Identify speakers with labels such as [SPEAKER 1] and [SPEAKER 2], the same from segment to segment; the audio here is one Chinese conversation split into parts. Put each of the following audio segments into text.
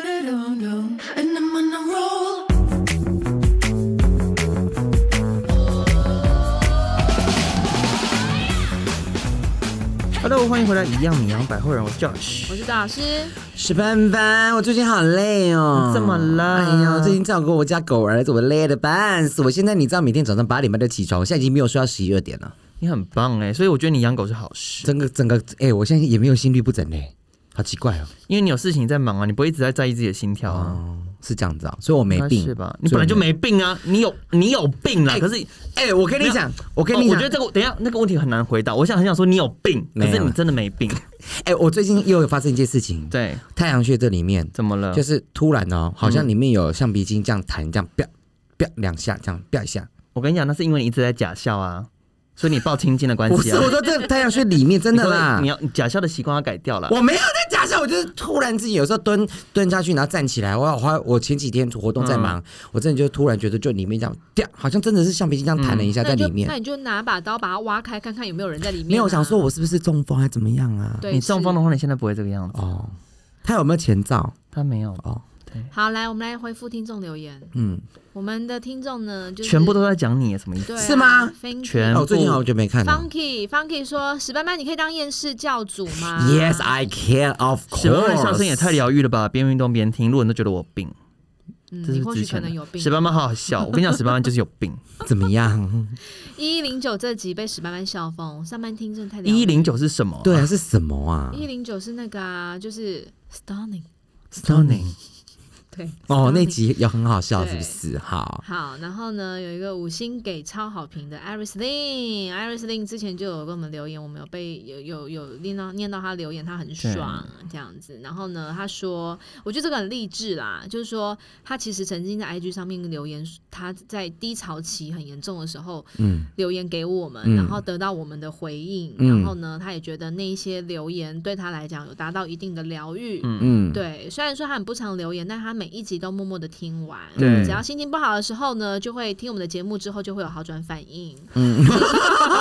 [SPEAKER 1] And I'm on a roll.
[SPEAKER 2] Hello，欢迎回来，一样米阳百货人，我是 Josh，
[SPEAKER 3] 我是大师，
[SPEAKER 4] 史班班，我最近好累哦，
[SPEAKER 2] 怎么了
[SPEAKER 4] 哎呀，最近照顾我家狗儿子，我累得半死。我现在你知道，每天早上八点半就起床，我现在已经没有睡到十一二点了，
[SPEAKER 2] 你很棒哎，所以我觉得你养狗是好事，
[SPEAKER 4] 整个整个，哎、我现在也没有心律不整嘞，好奇怪哦，
[SPEAKER 2] 因为你有事情在忙啊，你不会一直在在意自己的心跳啊，
[SPEAKER 4] 是这样子啊、所以我没
[SPEAKER 2] 应该
[SPEAKER 4] 病
[SPEAKER 2] 是吧？你本来就。没病啊，你有你有病啦，
[SPEAKER 4] 哎
[SPEAKER 2] 可是哦
[SPEAKER 4] 所以哎、我跟你讲，我跟
[SPEAKER 2] 哦我
[SPEAKER 4] 你讲，
[SPEAKER 2] 觉得这个等一下那个问题很难回答，我想很想说你有病，可
[SPEAKER 4] 没
[SPEAKER 2] 是
[SPEAKER 4] 有
[SPEAKER 2] 你真的没病，
[SPEAKER 4] 哎、我最近又有发生一件事情，
[SPEAKER 2] 对，
[SPEAKER 4] 太阳穴这里面
[SPEAKER 2] 怎么了？
[SPEAKER 4] 就是突然哦，好
[SPEAKER 2] 嗯
[SPEAKER 4] 像里面有橡皮筋这样弹，这样啪啪两下，这样啪一下。
[SPEAKER 2] 我跟你讲，那是因为你一直在假笑啊，所以你报青筋的关
[SPEAKER 4] 不
[SPEAKER 2] 系
[SPEAKER 4] 是，
[SPEAKER 2] 啊
[SPEAKER 4] 我，说这太阳穴里面真的啦
[SPEAKER 2] 你。要你假笑的习惯要改掉了。
[SPEAKER 4] 我没有在假笑，我就是突然自己有时候蹲蹲下去，然后站起来。我我我前几天活动在忙，我真的就突然觉得就里面这样掉，好像真的是橡皮筋这样弹了一下
[SPEAKER 3] 嗯那
[SPEAKER 4] 在
[SPEAKER 3] 你就
[SPEAKER 4] 里面。
[SPEAKER 3] 那你就拿把刀把它挖开，看看有没有人在里面、啊。
[SPEAKER 4] 没有，我想说我是不是中风还是怎么样啊？
[SPEAKER 3] 对
[SPEAKER 2] 哎你中风的话，你现在不会这个样子。
[SPEAKER 4] 哦，他有没有前兆？
[SPEAKER 2] 他没有，
[SPEAKER 4] 哦，
[SPEAKER 3] 是好，来我们来回复听众留言。
[SPEAKER 4] 嗯，
[SPEAKER 3] 我们的听众呢，就是
[SPEAKER 2] 全部都在讲你什么意思？
[SPEAKER 3] 对啊、
[SPEAKER 4] 是吗
[SPEAKER 3] ？Funky,
[SPEAKER 2] 全
[SPEAKER 4] 哦，我最近好久没看了。
[SPEAKER 3] Funky Funky 说：“史班班，你可以当厌世教主吗
[SPEAKER 4] Yes, 啊 I can. Of
[SPEAKER 2] 十八的笑声也
[SPEAKER 4] course.
[SPEAKER 2] 太疗愈了吧！边运动边听，路人都觉得我有病，
[SPEAKER 3] 嗯
[SPEAKER 2] 这
[SPEAKER 3] 你
[SPEAKER 2] 是
[SPEAKER 3] 或
[SPEAKER 2] 之
[SPEAKER 3] 许可
[SPEAKER 2] 前
[SPEAKER 3] 能有病。
[SPEAKER 2] 十八妈好好笑，我跟你讲，十八妈就是有 病。
[SPEAKER 4] 怎么样？
[SPEAKER 3] 一一零九这集被史班班笑疯，上班听真的太
[SPEAKER 2] 一零九
[SPEAKER 3] 是
[SPEAKER 2] 是什么？
[SPEAKER 4] 对啊，是什么啊？
[SPEAKER 3] 一零九是那个啊，就是 stunning。
[SPEAKER 2] ，stunning。
[SPEAKER 3] 对，
[SPEAKER 4] 哦，那
[SPEAKER 3] Stunning
[SPEAKER 4] 集有很好笑，
[SPEAKER 3] 对
[SPEAKER 4] 是不是？好，
[SPEAKER 3] 好，然后呢，有一个五星给超好评的 Iris Lin，Iris Lin 之前就有跟我们留言，我们有被有有有念到念到他留言，他很爽这样子。然后呢，他说，我觉得这个很励志啦，就是说他其实曾经在 IG 上面留言，他在低潮期很严重的时候
[SPEAKER 4] 嗯，
[SPEAKER 3] 留言给我们，
[SPEAKER 4] 嗯
[SPEAKER 3] 然后得到我们的回应，
[SPEAKER 4] 嗯
[SPEAKER 3] 然后呢，他也觉得那一些留言对他来讲有达到一定的疗愈，
[SPEAKER 4] 嗯，
[SPEAKER 3] 对，虽然说他很不常留言，但他每一集都默默的听完。嗯
[SPEAKER 2] 对
[SPEAKER 3] 只要心情不好的时候呢，就会听我们的节目，之后就会有好转反应。
[SPEAKER 4] 嗯，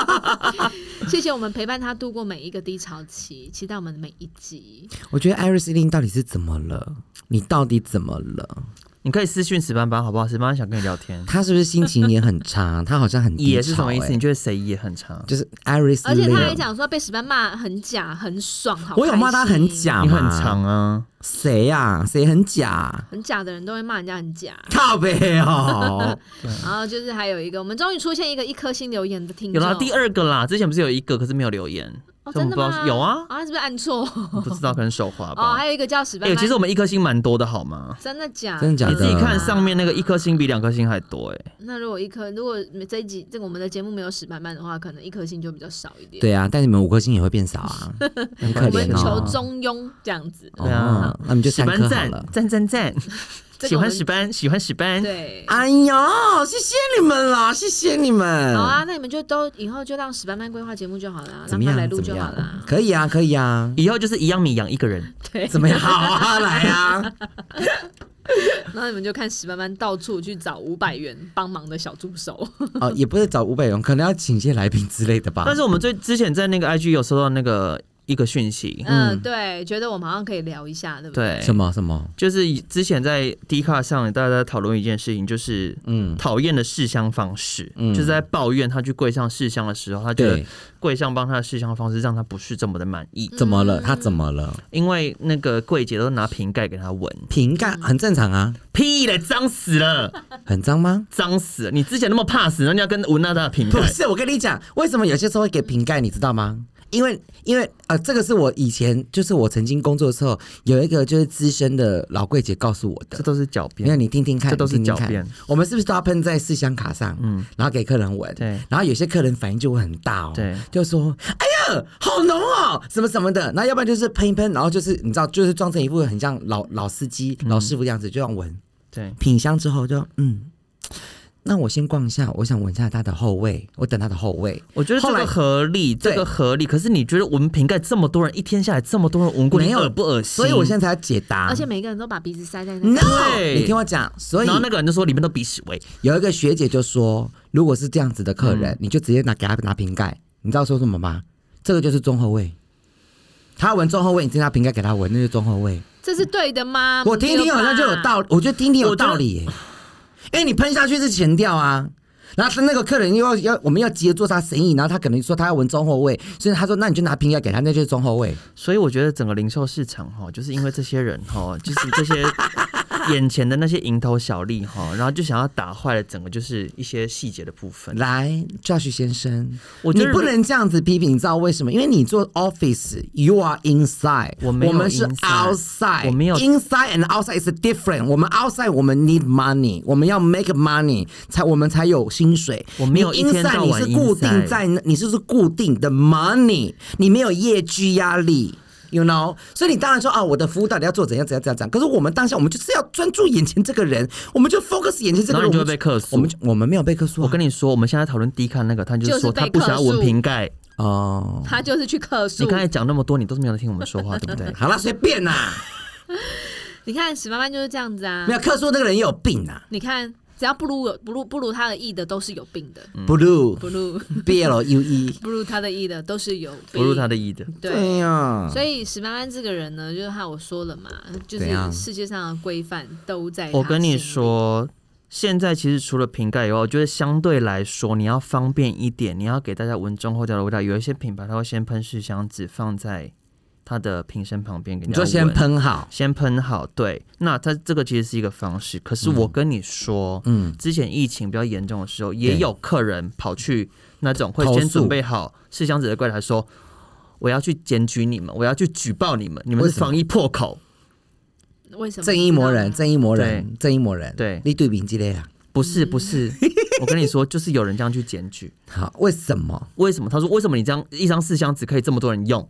[SPEAKER 3] 谢谢我们陪伴他度过每一个低潮期，期待我们的每一集。
[SPEAKER 4] 我觉得 Iris Lin 到底是怎么了？你到底怎么了？
[SPEAKER 2] 你可以私讯十八妈好不好？十八妈想跟你聊天，
[SPEAKER 4] 他是不是心情也很差？他好像很低潮
[SPEAKER 2] 也是什么意思？
[SPEAKER 4] 欸
[SPEAKER 2] 你觉得谁也很长？
[SPEAKER 4] 就是 Iris，
[SPEAKER 3] 而且他还
[SPEAKER 4] Lin
[SPEAKER 3] 讲说被史班骂很假，很爽，好
[SPEAKER 4] 我有骂他
[SPEAKER 3] 开
[SPEAKER 4] 很
[SPEAKER 3] 心，
[SPEAKER 4] 假
[SPEAKER 2] 你
[SPEAKER 4] 吗？
[SPEAKER 2] 很长啊，
[SPEAKER 4] 谁呀、谁很假？
[SPEAKER 3] 很假的人都会骂人家很假。
[SPEAKER 4] 靠 背哦，
[SPEAKER 3] 然后就是还有一个，我们终于出现一个一颗星留言的听
[SPEAKER 2] 有
[SPEAKER 3] 众，
[SPEAKER 2] 啦，第二个啦，之前不是有一个，可是没有留言，
[SPEAKER 3] 哦，
[SPEAKER 2] 所以我们
[SPEAKER 3] 真的
[SPEAKER 2] 不知道
[SPEAKER 3] 吗？
[SPEAKER 2] 是有 啊，
[SPEAKER 3] 啊，是不是按错？
[SPEAKER 2] 不知道可能手滑
[SPEAKER 3] 哦，
[SPEAKER 2] 吧。
[SPEAKER 3] 还有一个叫史班
[SPEAKER 2] 哎，
[SPEAKER 3] 班，
[SPEAKER 2] 其实我们一颗星蛮多的，好吗？
[SPEAKER 3] 真的假
[SPEAKER 4] 真的假
[SPEAKER 2] 你
[SPEAKER 4] 的啊
[SPEAKER 2] 自己看上面那个一颗星比两颗星还多哎。
[SPEAKER 3] 那如果一颗，如果这一集这个我们的节目没有史慢慢的话，可能一颗星就比较少一点。，
[SPEAKER 4] 对啊，但你们五颗星也会变少啊，很可
[SPEAKER 3] 我们
[SPEAKER 4] 怜
[SPEAKER 3] 求
[SPEAKER 4] 哦。
[SPEAKER 3] 中庸这样子。
[SPEAKER 2] 对啊
[SPEAKER 4] 哦，那你就
[SPEAKER 2] 史
[SPEAKER 4] 三
[SPEAKER 2] 班
[SPEAKER 4] 颗好
[SPEAKER 2] 赞
[SPEAKER 4] 了。
[SPEAKER 2] 赞赞赞，
[SPEAKER 3] 这
[SPEAKER 2] 喜
[SPEAKER 3] 个我
[SPEAKER 2] 欢
[SPEAKER 3] 们
[SPEAKER 2] 史班，喜欢史班。
[SPEAKER 3] 对。
[SPEAKER 4] 哎呦，谢谢你们啦，谢谢你们。
[SPEAKER 3] 好啊，那你们就都以后就让史班班规划节目就好啦，
[SPEAKER 4] 嗯怎
[SPEAKER 3] 让
[SPEAKER 4] 么
[SPEAKER 3] 他
[SPEAKER 4] 样？
[SPEAKER 3] 来录
[SPEAKER 4] 怎
[SPEAKER 3] 就
[SPEAKER 4] 么
[SPEAKER 3] 好
[SPEAKER 4] 样
[SPEAKER 3] 啦？。
[SPEAKER 4] 可以啊，可以啊。
[SPEAKER 2] 以后就是一样米养一个人，
[SPEAKER 3] 对，
[SPEAKER 4] 怎么样？好啊，来啊！
[SPEAKER 3] 然后你们就看史班班到处去找五百元帮忙的小助手。
[SPEAKER 4] 哦，也不是找五百元，可能要请一些来宾之类的吧。
[SPEAKER 2] 但是我们最之前在那个 IG 有收到那个一个讯息，
[SPEAKER 3] 嗯，对，觉得我们好像可以聊一下，对不对？
[SPEAKER 2] 对，
[SPEAKER 4] 什么什么？
[SPEAKER 2] 就是之前在 d 卡上大家在讨论一件事情，就是
[SPEAKER 4] 嗯，
[SPEAKER 2] 讨厌的试香方式，
[SPEAKER 4] 嗯
[SPEAKER 2] 就是在抱怨他去柜上试香的时候，他觉得
[SPEAKER 4] 对，
[SPEAKER 2] 柜上帮他的试香方式让他不是这么的满意，
[SPEAKER 4] 怎么了？他怎么了？
[SPEAKER 2] 因为那个柜姐都拿瓶盖给他闻，
[SPEAKER 4] 瓶盖很正常啊，
[SPEAKER 2] 屁嘞，脏死了，
[SPEAKER 4] 很脏吗？
[SPEAKER 2] 脏死了！你之前那么怕死，人家跟闻到他的瓶盖
[SPEAKER 4] 不，是，我跟你讲，为什么有些时候会给瓶盖，你知道吗？因为因为呃，这个是我以前就是我曾经工作的时候，有一个就是资深的老柜姐告诉我
[SPEAKER 2] 这
[SPEAKER 4] 的。
[SPEAKER 2] 都是狡
[SPEAKER 4] 没有，
[SPEAKER 2] 辩。
[SPEAKER 4] 你听听看，
[SPEAKER 2] 这都是
[SPEAKER 4] 你听听
[SPEAKER 2] 狡辩
[SPEAKER 4] 看。我们是不是都要喷在试香卡上，嗯，然后给客人闻，
[SPEAKER 2] 对
[SPEAKER 4] 然后有些客人反应就会很大哦，
[SPEAKER 2] 对
[SPEAKER 4] 就说哎呀，好浓哦，什么什么的。那要不然就是喷一喷，然后就是你知道，就是装成一副很像老老司机、
[SPEAKER 2] 嗯
[SPEAKER 4] 老师傅的样子，就这样闻。
[SPEAKER 2] 对，
[SPEAKER 4] 品香之后就嗯，那我先逛一下，我想闻一下它的后味，我等它的后味。
[SPEAKER 2] 我觉得这
[SPEAKER 4] 后
[SPEAKER 2] 个
[SPEAKER 4] 来
[SPEAKER 2] 合理，这
[SPEAKER 4] 对
[SPEAKER 2] 个合理。可是你觉得闻瓶盖这么多人，一天下来这么多人闻过，
[SPEAKER 4] 没
[SPEAKER 2] 你
[SPEAKER 4] 有
[SPEAKER 2] 恶不恶心？
[SPEAKER 4] 所以我现在才要解答。
[SPEAKER 3] 而且每个人都把鼻子塞在那里。
[SPEAKER 4] no，
[SPEAKER 2] 对
[SPEAKER 4] 你听我讲，所以
[SPEAKER 2] 然后那个人就说里面都鼻屎味，
[SPEAKER 4] 有一个学姐就说，如果是这样子的
[SPEAKER 2] 嗯
[SPEAKER 4] 客人，你就直接拿给他拿瓶盖，你知道说什么吗？这个就是中后味。他闻中后味，你听他瓶盖给他闻，那就是中后味。
[SPEAKER 3] 这是对的吗？
[SPEAKER 4] 我听一听好像就有道
[SPEAKER 3] 理。
[SPEAKER 4] 理，我觉得听一听有
[SPEAKER 2] 我觉得
[SPEAKER 4] 道理耶、因为你喷下去是前调啊。然后是那个客人又要要我们要急着做他生意，然后他可能说他要闻中后味，所以他说那你就拿瓶盖给他，那就是中后味。
[SPEAKER 2] 所以我觉得整个零售市场哈，就是因为这些人哈，就是这些眼前的那些蝇头小利哈，然后就想要打坏了整个就是一些细节的部分。
[SPEAKER 4] 来，Josh 先生，
[SPEAKER 2] 我觉
[SPEAKER 4] 你
[SPEAKER 2] 得
[SPEAKER 4] 不能这样子批评，你知道为什么？因为你做 office，you are inside，
[SPEAKER 2] 我没有
[SPEAKER 4] 们是
[SPEAKER 2] inside，
[SPEAKER 4] outside，
[SPEAKER 2] 我没有
[SPEAKER 4] inside and outside is different。我们 outside 我们 need money，我们要 make money 才我们才有薪水。
[SPEAKER 2] 我没有
[SPEAKER 4] 你
[SPEAKER 2] 一天
[SPEAKER 4] inside
[SPEAKER 2] 到
[SPEAKER 4] 你
[SPEAKER 2] 晚
[SPEAKER 4] 是固
[SPEAKER 2] inside
[SPEAKER 4] 定在那，你就是固定的 money，你没有业绩压力。You know，所以你当然说啊，我的服务到底要做怎样怎样怎样怎样。可是我们当下，我们就是要专注眼前这个人，我们就 focus 眼前这个
[SPEAKER 2] 然
[SPEAKER 4] 人，
[SPEAKER 2] 后你就会
[SPEAKER 4] 我们
[SPEAKER 2] 被客诉
[SPEAKER 4] 我们就我们没有被克诉、啊。
[SPEAKER 2] 我跟你说，我们现在讨论低看那个，他就是说
[SPEAKER 3] 就是被
[SPEAKER 2] 他不想要闻瓶盖。
[SPEAKER 4] 哦，
[SPEAKER 3] 他就是去客诉
[SPEAKER 2] 你。刚才讲那么多，你都是没有听我们说话，对不 对？
[SPEAKER 4] 好了，随便啦。
[SPEAKER 3] 你看史妈妈就是这样子啊
[SPEAKER 4] 没。有克数那个人也有病啊。
[SPEAKER 3] 你看，只要不如有不如不如他的意的都是有病的，
[SPEAKER 2] 嗯
[SPEAKER 4] Blue
[SPEAKER 3] 不如
[SPEAKER 4] B L U E，
[SPEAKER 3] 不如他的意的都是有病。
[SPEAKER 2] 不入他的意的。
[SPEAKER 4] 啊
[SPEAKER 3] 对。
[SPEAKER 4] 呀
[SPEAKER 3] 所以史班班这个人呢，就是他我说了嘛，就
[SPEAKER 4] 怎样
[SPEAKER 3] 是世界上的规范都在。
[SPEAKER 2] 我跟你，说，现在其实除了瓶盖以外，我觉得相对来说，你要方便一点，你要给大家闻中后调的味道。有一些品牌它会先喷试香纸放在它的瓶身旁边给
[SPEAKER 4] 你
[SPEAKER 2] 你
[SPEAKER 4] 就先，喷好，
[SPEAKER 2] 先喷好。对，那它这个其实是一个方式。可是我跟你说，
[SPEAKER 4] 嗯，
[SPEAKER 2] 之前疫情比较严重的时候，也
[SPEAKER 4] 对
[SPEAKER 2] 有客人跑去那种会
[SPEAKER 4] 投
[SPEAKER 2] 先
[SPEAKER 4] 诉
[SPEAKER 2] 准备好试香纸的柜台说。我要去检举你们，我要去举报你们，你们
[SPEAKER 4] 为
[SPEAKER 2] 是
[SPEAKER 4] 什么
[SPEAKER 2] 防疫破口，
[SPEAKER 3] 为什么
[SPEAKER 4] 正义魔人，？正义魔人，正义魔人，
[SPEAKER 2] 对
[SPEAKER 4] 你对比之类啊。
[SPEAKER 2] 不是不是。我跟你说，就是有人这样去检举，
[SPEAKER 4] 好，为什么？
[SPEAKER 2] 为什么？他说为什么你这样一张四箱只可以这么多人用？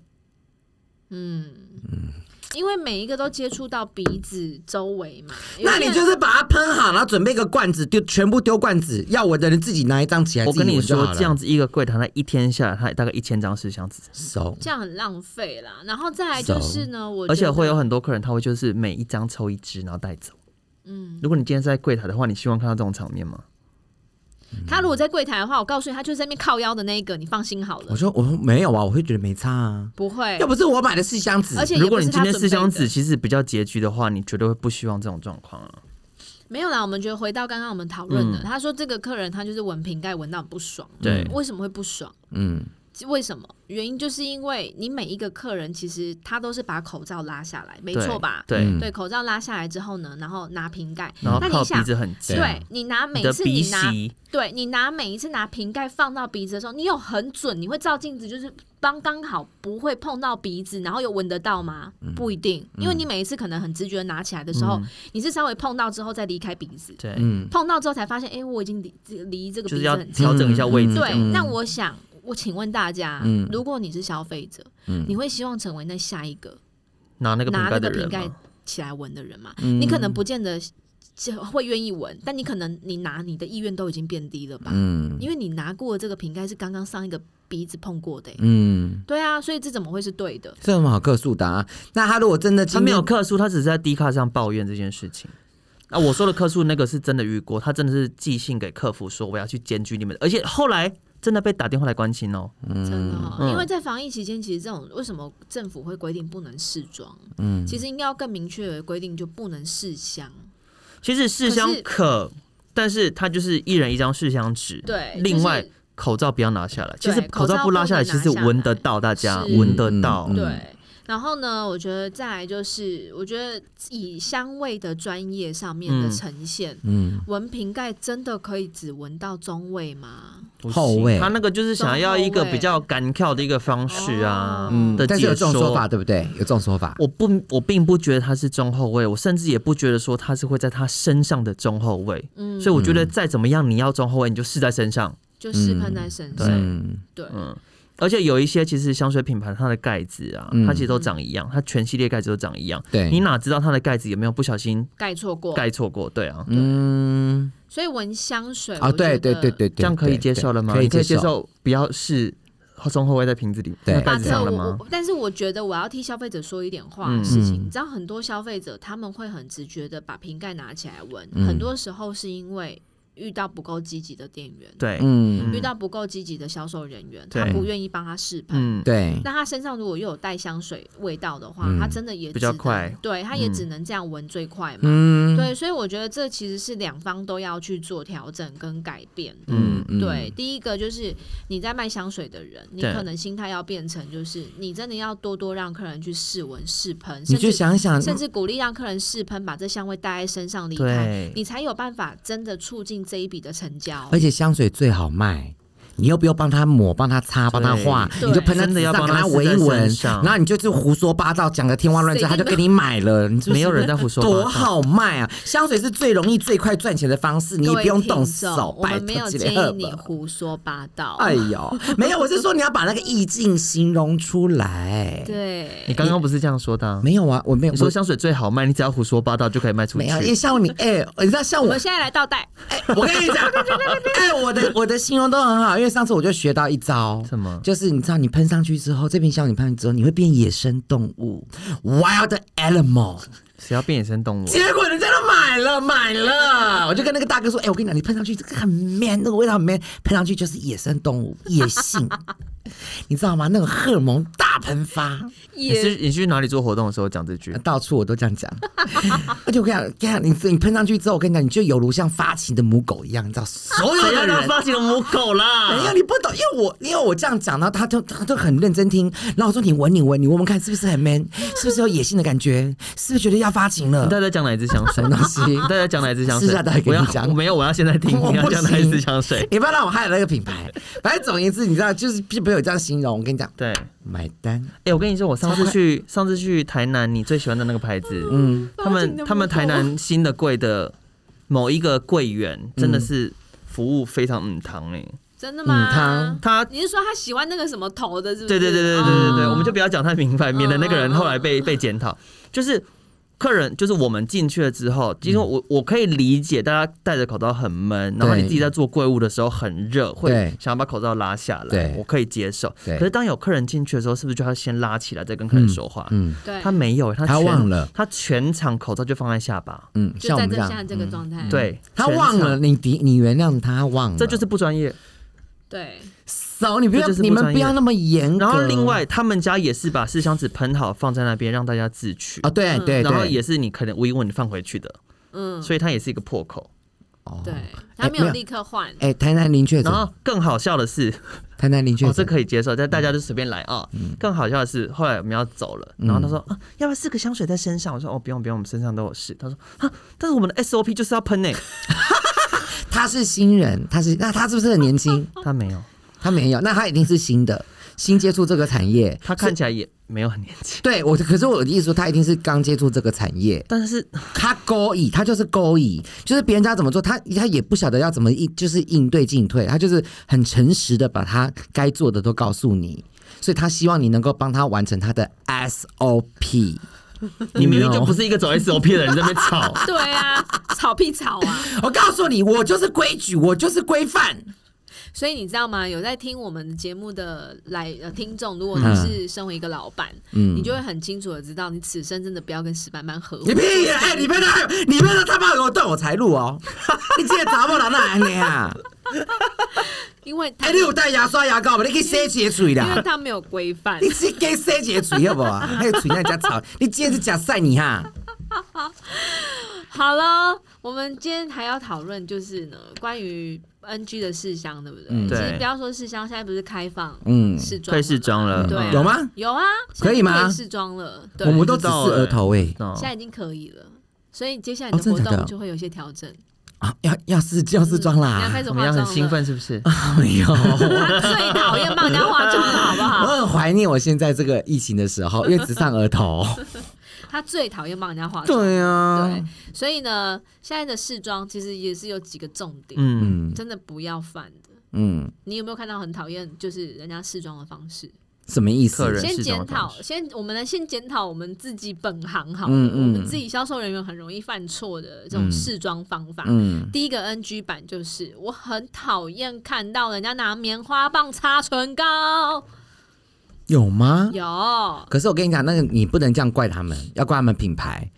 [SPEAKER 3] 因为每一个都接触到鼻子周围嘛。有
[SPEAKER 4] 那
[SPEAKER 3] 些
[SPEAKER 4] 你
[SPEAKER 3] 人
[SPEAKER 4] 就是把它喷好，然后准备一个罐子，丢全部丢罐子，要闻的人自己拿一张起来。
[SPEAKER 2] 我跟你
[SPEAKER 4] 哎自己闻就
[SPEAKER 2] 说
[SPEAKER 4] 好，了
[SPEAKER 2] 这样子一个柜台，它一天下来，它大概一千张四箱纸，
[SPEAKER 4] 熟，
[SPEAKER 3] 这样很浪费啦。然后再来就是呢，我
[SPEAKER 2] 啊而且会有
[SPEAKER 3] 很
[SPEAKER 2] 很多客人他会就是每一张抽一支，然后带走。嗯，如果你今天是在柜台的话，你希望看到这种场面吗？
[SPEAKER 3] 他如果在柜台的话，我告诉你，他就是在那边靠腰的那一个，你放心好
[SPEAKER 4] 我
[SPEAKER 3] 了，
[SPEAKER 4] 说我说没有啊，我会觉得没差啊。
[SPEAKER 3] 不会
[SPEAKER 4] 要。不是我买的是箱子，
[SPEAKER 3] 而且也不是
[SPEAKER 2] 如果你今天四箱
[SPEAKER 3] 他准备
[SPEAKER 2] 纸
[SPEAKER 3] 的
[SPEAKER 2] 其实比较拮据的话，你绝对会不希望这种状况啊。
[SPEAKER 3] 没有啦，我们觉得回到刚刚我们讨论的，他说这个客人他就是闻瓶盖闻到很不爽，
[SPEAKER 2] 嗯对
[SPEAKER 3] 为什么会不爽？
[SPEAKER 4] 嗯，
[SPEAKER 3] 为什么？原因就是因为你每一个客人其实他都是把口罩拉下来，没
[SPEAKER 2] 对
[SPEAKER 3] 错吧？
[SPEAKER 2] 对，
[SPEAKER 4] 嗯
[SPEAKER 3] 对，口罩拉下来之后呢，然后拿瓶盖，
[SPEAKER 2] 然后
[SPEAKER 3] 那
[SPEAKER 2] 靠
[SPEAKER 3] 你
[SPEAKER 2] 鼻
[SPEAKER 3] 想，
[SPEAKER 2] 子很近，
[SPEAKER 4] 对啊
[SPEAKER 3] 对你拿每
[SPEAKER 2] 你的
[SPEAKER 3] 次
[SPEAKER 2] 鼻
[SPEAKER 3] 你拿，
[SPEAKER 2] 息，
[SPEAKER 3] 对你拿每一次拿瓶盖放到鼻子的时候，你有很准，你会照镜子，就是刚刚好不会碰到鼻子，然后又闻得到吗？
[SPEAKER 2] 嗯
[SPEAKER 3] 不一定，因为你每一次可能很直觉地拿起来的时候，你是稍微碰到之后再离开鼻子，
[SPEAKER 2] 对，
[SPEAKER 4] 嗯
[SPEAKER 3] 碰到之后才发现，哎，我已经离这离这个
[SPEAKER 2] 就是
[SPEAKER 3] 鼻子
[SPEAKER 2] 要嗯
[SPEAKER 3] 很近。
[SPEAKER 2] 调整一下位置。
[SPEAKER 3] 对，那我想，我请问大家，
[SPEAKER 2] 嗯
[SPEAKER 3] 如果你是消费者，你会希望成为那下一个
[SPEAKER 2] 拿嗯那个瓶
[SPEAKER 3] 拿
[SPEAKER 2] 盖
[SPEAKER 3] 那
[SPEAKER 2] 的
[SPEAKER 3] 个
[SPEAKER 2] 人
[SPEAKER 3] 瓶盖
[SPEAKER 2] 吗，嗯
[SPEAKER 3] 起来闻的人嘛？你可能不见得是会愿意闻，但你可能你拿你的意愿都已经变低了吧？
[SPEAKER 4] 嗯
[SPEAKER 3] 因为你拿过的这个瓶盖是刚刚上一个鼻子碰过的欸、
[SPEAKER 4] 嗯，
[SPEAKER 3] 对啊，所以这怎么会是对的？
[SPEAKER 4] 这有什么好客诉的啊？那他如果真的今
[SPEAKER 2] 他没
[SPEAKER 4] 天
[SPEAKER 2] 有客诉，他只是在 D 卡上抱怨这件事情。啊，我说的客诉那个是真的遇过，他真的是寄信给客服说我要去检举你们，而且后来真的被打电话来关心哦。
[SPEAKER 3] 真的、哦，
[SPEAKER 2] 嗯
[SPEAKER 3] 因为在防疫期间，其实这种为什么政府会规定不能试装？嗯，其实应该要更明确的规定，就不能试香。
[SPEAKER 2] 其实试香
[SPEAKER 3] 可是
[SPEAKER 2] 可，但是他就是一人一张试香纸，
[SPEAKER 3] 对就是
[SPEAKER 2] 另外口罩不要拿下来。其
[SPEAKER 3] 对
[SPEAKER 2] 实口罩不拉下来，
[SPEAKER 3] 口罩
[SPEAKER 2] 其
[SPEAKER 3] 不能拿
[SPEAKER 2] 实
[SPEAKER 3] 下来
[SPEAKER 2] 闻得到，大家
[SPEAKER 3] 是
[SPEAKER 2] 闻得到。
[SPEAKER 4] 嗯
[SPEAKER 3] 对。然后呢，我觉得再来就是，我觉得以香味的专业上面的
[SPEAKER 2] 嗯
[SPEAKER 3] 呈现，
[SPEAKER 4] 嗯
[SPEAKER 3] 闻瓶盖真的可以只闻到中味吗？
[SPEAKER 2] 不行
[SPEAKER 4] 后卫
[SPEAKER 2] 他那个就是想要一个比较干跳的一个方式啊
[SPEAKER 3] 哦。嗯
[SPEAKER 2] 的
[SPEAKER 4] 但是有
[SPEAKER 2] 解
[SPEAKER 4] 这种说
[SPEAKER 2] 说
[SPEAKER 4] 法，对不对？有这种说法，
[SPEAKER 2] 我不，我并不觉得他是中后卫，我甚至也不觉得说他是会在他身上的中后卫。
[SPEAKER 3] 嗯，
[SPEAKER 2] 所以我觉得再怎么样，你要中后卫，你就试在身上。
[SPEAKER 3] 就试喷在身上，
[SPEAKER 4] 嗯，
[SPEAKER 3] 对，
[SPEAKER 2] 而且有一些其实香水品牌它的盖子啊，
[SPEAKER 4] 嗯
[SPEAKER 2] 它其实都长一样，它全系列盖子都长一样。
[SPEAKER 4] 对
[SPEAKER 2] 你哪知道它的盖子有没有不小心
[SPEAKER 3] 盖错过，
[SPEAKER 2] 盖错过？对啊，
[SPEAKER 4] 嗯，
[SPEAKER 3] 所以闻香水
[SPEAKER 4] 啊，
[SPEAKER 3] 我觉
[SPEAKER 4] 对对
[SPEAKER 3] 得
[SPEAKER 4] 对对对，
[SPEAKER 2] 这样可以接受了吗？
[SPEAKER 4] 可以
[SPEAKER 2] 你可
[SPEAKER 4] 接
[SPEAKER 2] 以接。受，不要是中后卫在瓶子里，
[SPEAKER 4] 对
[SPEAKER 2] 那
[SPEAKER 3] 啊，
[SPEAKER 2] 盖子
[SPEAKER 3] 这
[SPEAKER 2] 上
[SPEAKER 3] 我
[SPEAKER 2] 了吗？
[SPEAKER 3] 我但是我觉得我要替消费者说一点话
[SPEAKER 2] 嗯
[SPEAKER 3] 的事情，你知道很多消费者他们会很直觉的把瓶盖拿起来闻，很多时候是因为遇到不够积极的店员，
[SPEAKER 2] 对，
[SPEAKER 4] 嗯，
[SPEAKER 3] 遇到不够积极的销售人员，
[SPEAKER 2] 对
[SPEAKER 3] 他不愿意帮他试喷。
[SPEAKER 2] 嗯，
[SPEAKER 4] 对，
[SPEAKER 3] 那他身上如果又有带香水味道的话，
[SPEAKER 4] 嗯
[SPEAKER 3] 他真的也
[SPEAKER 2] 比较
[SPEAKER 3] 只能
[SPEAKER 2] 快
[SPEAKER 3] 对，他也只能这样闻最快嘛。
[SPEAKER 4] 嗯，
[SPEAKER 3] 对，所以我觉得这其实是两方都要去做调整跟改变的。
[SPEAKER 4] 嗯，嗯
[SPEAKER 3] 对，，第一个就是你在卖香水的人，你
[SPEAKER 2] 对
[SPEAKER 3] 可能心态要变成，就是你真的要多多让客人去试闻试喷，
[SPEAKER 4] 你
[SPEAKER 3] 甚
[SPEAKER 4] 就
[SPEAKER 3] 至
[SPEAKER 4] 想想，
[SPEAKER 3] 甚至鼓励让客人试喷，把这香味带在身上离
[SPEAKER 2] 对
[SPEAKER 3] 开，你才有办法真的促进这一笔的成交
[SPEAKER 4] 而。且香水最好卖。你又不用帮他抹、帮他擦、帮他画，
[SPEAKER 3] 对
[SPEAKER 4] 你就喷在
[SPEAKER 2] 真的
[SPEAKER 4] 纸
[SPEAKER 2] 要
[SPEAKER 4] 上，
[SPEAKER 2] 帮
[SPEAKER 4] 给
[SPEAKER 2] 他
[SPEAKER 4] 他
[SPEAKER 2] 撕
[SPEAKER 4] 闻一
[SPEAKER 2] 在身
[SPEAKER 4] 闻，
[SPEAKER 2] 上
[SPEAKER 4] 然后你就是胡说八道，讲个天花乱坠，
[SPEAKER 3] 谁
[SPEAKER 4] 他就
[SPEAKER 3] 跟
[SPEAKER 4] 给你买了。你是不
[SPEAKER 2] 没有
[SPEAKER 4] 是
[SPEAKER 2] 人在胡说八道
[SPEAKER 4] 多好卖啊！香水是最容易、最快赚钱的方式，你
[SPEAKER 3] 各
[SPEAKER 4] 也
[SPEAKER 3] 位
[SPEAKER 4] 不用动
[SPEAKER 3] 听众
[SPEAKER 4] 手。
[SPEAKER 3] 我
[SPEAKER 4] 拜
[SPEAKER 3] 们没
[SPEAKER 4] 托，
[SPEAKER 3] 有
[SPEAKER 4] 吉
[SPEAKER 3] 建
[SPEAKER 4] 雷赫
[SPEAKER 3] 议你
[SPEAKER 4] 本
[SPEAKER 3] 胡说八道。
[SPEAKER 4] 哎呦，没有，我是说你要把那个意境形容出来。
[SPEAKER 2] 你
[SPEAKER 3] 对，
[SPEAKER 2] 刚刚不是这样说的啊？
[SPEAKER 4] 没有啊，我没有，
[SPEAKER 2] 你说
[SPEAKER 4] 我
[SPEAKER 2] 香水最好卖，你只要胡说八道就可以卖出
[SPEAKER 4] 没有，因为
[SPEAKER 2] 去。
[SPEAKER 4] 像你，哎、你知道像
[SPEAKER 3] 我
[SPEAKER 4] 我
[SPEAKER 3] 们现在来倒带，
[SPEAKER 4] 哎、我跟你讲，哎、我的我的形容都很好，因为上次我就学到一招，
[SPEAKER 2] 什么
[SPEAKER 4] 就是你知道，你喷上去之后，这瓶香水喷上去之后，你会变野生动物 （wild animal）。
[SPEAKER 2] 谁要变野生动物啊？
[SPEAKER 4] 结果人家都买了，买了。我就跟那个大哥说：“哎、我跟你讲，你喷上去这个很 man，那个味道很 man，喷上去就是野生动物，野性，你知道吗？那种荷尔蒙大喷发。”
[SPEAKER 2] 你是
[SPEAKER 3] 也
[SPEAKER 2] 你去哪里做活动的时候讲这句？
[SPEAKER 4] 到处我都这样讲， 而且我跟你讲，跟你讲，你你喷上去之后，我跟你讲，你就有如像发情的母狗一样，你知道，所有
[SPEAKER 2] 谁要
[SPEAKER 4] 的
[SPEAKER 2] 当
[SPEAKER 4] 人
[SPEAKER 2] 发情的母狗
[SPEAKER 4] 没有，
[SPEAKER 2] 啦？
[SPEAKER 4] 你不懂，因为我因为我这样讲，然后他就他就很认真听，然后我说你闻你闻你闻闻看是不是很 man，是不是有野性的感觉，是不是觉得要发情了
[SPEAKER 2] 你？到底在讲哪一支香水
[SPEAKER 4] 什？么东西？
[SPEAKER 2] 你到底在讲哪一支香水
[SPEAKER 4] 私下再跟？你
[SPEAKER 2] 我要
[SPEAKER 4] 讲
[SPEAKER 2] 我没有，我要现 在听
[SPEAKER 4] 我
[SPEAKER 2] 你要
[SPEAKER 4] 不
[SPEAKER 2] 讲哪一支
[SPEAKER 4] 行
[SPEAKER 2] 香水。
[SPEAKER 4] 你不要让我害了那个品牌。反正总而言之，你知道，就是并没有这样形容。我跟你讲，
[SPEAKER 2] 对，
[SPEAKER 4] 买单。
[SPEAKER 2] 哎，我跟你说，我上次
[SPEAKER 4] 超快
[SPEAKER 2] 去上次去台南，你最喜欢的那个牌子，
[SPEAKER 4] 嗯，
[SPEAKER 2] 他们他们台南新的柜的某一个柜员真的是服务非常嗯堂哎，
[SPEAKER 3] 真的
[SPEAKER 4] 嗯他
[SPEAKER 3] 吗？
[SPEAKER 2] 他
[SPEAKER 3] 你是说他喜欢那个什么头的，是不
[SPEAKER 2] 对
[SPEAKER 3] 是？
[SPEAKER 2] 对
[SPEAKER 3] 哦
[SPEAKER 2] 对对对对对，我们就不要讲太明白，免得那个人
[SPEAKER 3] 嗯
[SPEAKER 2] 后来被被检讨。就是客人，就是我们进去了之后，其
[SPEAKER 4] 嗯
[SPEAKER 2] 实我我可以理解大家戴着口罩很闷，然后你自己在做柜务的时候很热，会
[SPEAKER 4] 对
[SPEAKER 2] 想要把口罩拉下来
[SPEAKER 4] 对，
[SPEAKER 2] 我可以接受。
[SPEAKER 4] 对
[SPEAKER 2] 可是当有客人进去的时候，是不是就要先拉起来再跟客人说话？
[SPEAKER 4] 嗯
[SPEAKER 3] 对，
[SPEAKER 2] 他没有，他
[SPEAKER 4] 他
[SPEAKER 2] 全
[SPEAKER 4] 忘了
[SPEAKER 2] 他全场口罩就放在下巴，
[SPEAKER 4] 嗯，
[SPEAKER 3] 就
[SPEAKER 4] 像我
[SPEAKER 3] 在这
[SPEAKER 4] 们这
[SPEAKER 3] 现在
[SPEAKER 4] 样，
[SPEAKER 3] 这个状态，
[SPEAKER 2] 对
[SPEAKER 4] 嗯他忘，
[SPEAKER 2] 全
[SPEAKER 4] 了
[SPEAKER 2] 场
[SPEAKER 4] 你，你你原谅他，他忘了，
[SPEAKER 2] 这就是不专业。
[SPEAKER 3] 对，
[SPEAKER 4] 少，你不要
[SPEAKER 2] 这就是不
[SPEAKER 4] 你们
[SPEAKER 2] 专
[SPEAKER 4] 不
[SPEAKER 2] 业
[SPEAKER 4] 要那么严格。
[SPEAKER 2] 然后另外他们家也是把试香纸喷好放在那边让大家自取
[SPEAKER 4] 啊，，对对，
[SPEAKER 2] 嗯然后
[SPEAKER 4] 对
[SPEAKER 2] 也是你可能无一问你放回去的。
[SPEAKER 3] 嗯，
[SPEAKER 2] 所以它也是一个破口。
[SPEAKER 4] 哦
[SPEAKER 3] 对，他没
[SPEAKER 4] 没
[SPEAKER 3] 有
[SPEAKER 4] 有
[SPEAKER 3] 立刻换，
[SPEAKER 4] 哎，台南零确诊
[SPEAKER 2] 然，后更好笑的是，
[SPEAKER 4] 台南零确
[SPEAKER 2] 哦，这
[SPEAKER 4] 诊，
[SPEAKER 2] 可以接受，但大家就随便来啊、更好笑的是，后来我们要走了，然后他说、啊，要不要试个香水在身上？我说哦，不用不用，我们身上都有试。他说啊，但是我们的 SOP 就是要 喷呢、
[SPEAKER 4] 他是新人，他是那他是不是很年轻？
[SPEAKER 2] 他没有，
[SPEAKER 4] 他没有，那他一定是新的，新接触这个产业。
[SPEAKER 2] 他看起来也没有很年轻，
[SPEAKER 4] 对我，可是我的意思说，他一定是刚接触这个产业，
[SPEAKER 2] 但是
[SPEAKER 4] 他勾引，他就是勾引，就是别人家怎么做，他他也不晓得要怎么应，就是应对进退，他就是很诚实的把他该做的都告诉你，所以他希望你能够帮他完成他的 SOP。
[SPEAKER 2] 你明明就不是一个走 SOP 的人，在那边吵。
[SPEAKER 4] 哎
[SPEAKER 3] 对啊，吵屁吵啊！
[SPEAKER 4] 我告诉你，我就是规矩，我就是规范。
[SPEAKER 3] 所以你知道吗？有在听我们节目的来呃听众，如果你
[SPEAKER 4] 嗯
[SPEAKER 3] 是身为一个老板，你就会很清楚的知道，你此生真的不要跟石斑斑合伙
[SPEAKER 4] 你。屁呀！哎、你别他，你别他他妈给我断我财路 哦！你这个查某人哪安尼啊？
[SPEAKER 3] 因为他
[SPEAKER 4] 哎、你有带牙刷牙膏吗？你去洗一个嘴
[SPEAKER 3] 因为
[SPEAKER 4] 啦！
[SPEAKER 3] 他没有规范
[SPEAKER 4] 你，去给洗一个嘴好不好？还有嘴那家吵，你今天是假晒你哈？
[SPEAKER 3] 好了，我们今天还要讨论就是呢，关于 NG 的试香，对不对？
[SPEAKER 4] 嗯
[SPEAKER 3] 其实
[SPEAKER 2] 对
[SPEAKER 3] 不要说试香，现在不是开放
[SPEAKER 4] 嗯，
[SPEAKER 3] 试妆
[SPEAKER 2] 可
[SPEAKER 3] 了
[SPEAKER 2] 以
[SPEAKER 3] 吗，
[SPEAKER 2] 试妆了，
[SPEAKER 3] 对啊、
[SPEAKER 4] 有吗
[SPEAKER 3] 有啊，
[SPEAKER 4] 可以吗
[SPEAKER 3] 现在试妆了，对，
[SPEAKER 4] 我们都只
[SPEAKER 2] 不知
[SPEAKER 4] 是
[SPEAKER 2] 道欸
[SPEAKER 4] 额头哎、
[SPEAKER 2] 嗯
[SPEAKER 3] 现在已经可以了。所以接下来你
[SPEAKER 4] 哦
[SPEAKER 3] 的
[SPEAKER 4] 真
[SPEAKER 3] 活
[SPEAKER 4] 的假的
[SPEAKER 3] 动就会有一些调整，
[SPEAKER 4] 啊，要要试要试妆
[SPEAKER 3] 你要
[SPEAKER 4] 啦
[SPEAKER 3] 开！始
[SPEAKER 2] 我
[SPEAKER 3] 化
[SPEAKER 2] 们要
[SPEAKER 3] 妆了。
[SPEAKER 2] 很兴奋，是不是？
[SPEAKER 4] 啊 哎 呦，
[SPEAKER 3] 他最讨厌帮人家化妆了，好不
[SPEAKER 4] 我
[SPEAKER 3] 好？
[SPEAKER 4] 很怀念我现在这个疫情的时候，因为只上额头。
[SPEAKER 3] 他最讨厌帮人家化妆。
[SPEAKER 4] 对 啊呀、
[SPEAKER 3] 对，啊所以呢，现在的试妆其实也是有几个重点，
[SPEAKER 2] 嗯，
[SPEAKER 4] 嗯
[SPEAKER 3] 真的不要犯的。
[SPEAKER 4] 嗯，
[SPEAKER 3] 你有没有看到很讨厌就是人家试妆的方式？
[SPEAKER 4] 什么意思？
[SPEAKER 2] 客人
[SPEAKER 3] 先
[SPEAKER 2] 试妆的
[SPEAKER 3] 检
[SPEAKER 2] 方
[SPEAKER 3] 讨，
[SPEAKER 2] 式
[SPEAKER 3] 先我们来先检讨我们自己本行好了，
[SPEAKER 4] 嗯嗯
[SPEAKER 3] 我们自己销售人员很容易犯错的这种试妆方法。
[SPEAKER 4] 嗯，
[SPEAKER 3] 第一个 NG 版就是我很讨厌看到人家拿棉花棒擦唇膏，
[SPEAKER 4] 有吗？
[SPEAKER 3] 有
[SPEAKER 4] 可是我跟你讲，那个你不能这样怪他们，要怪他们品牌，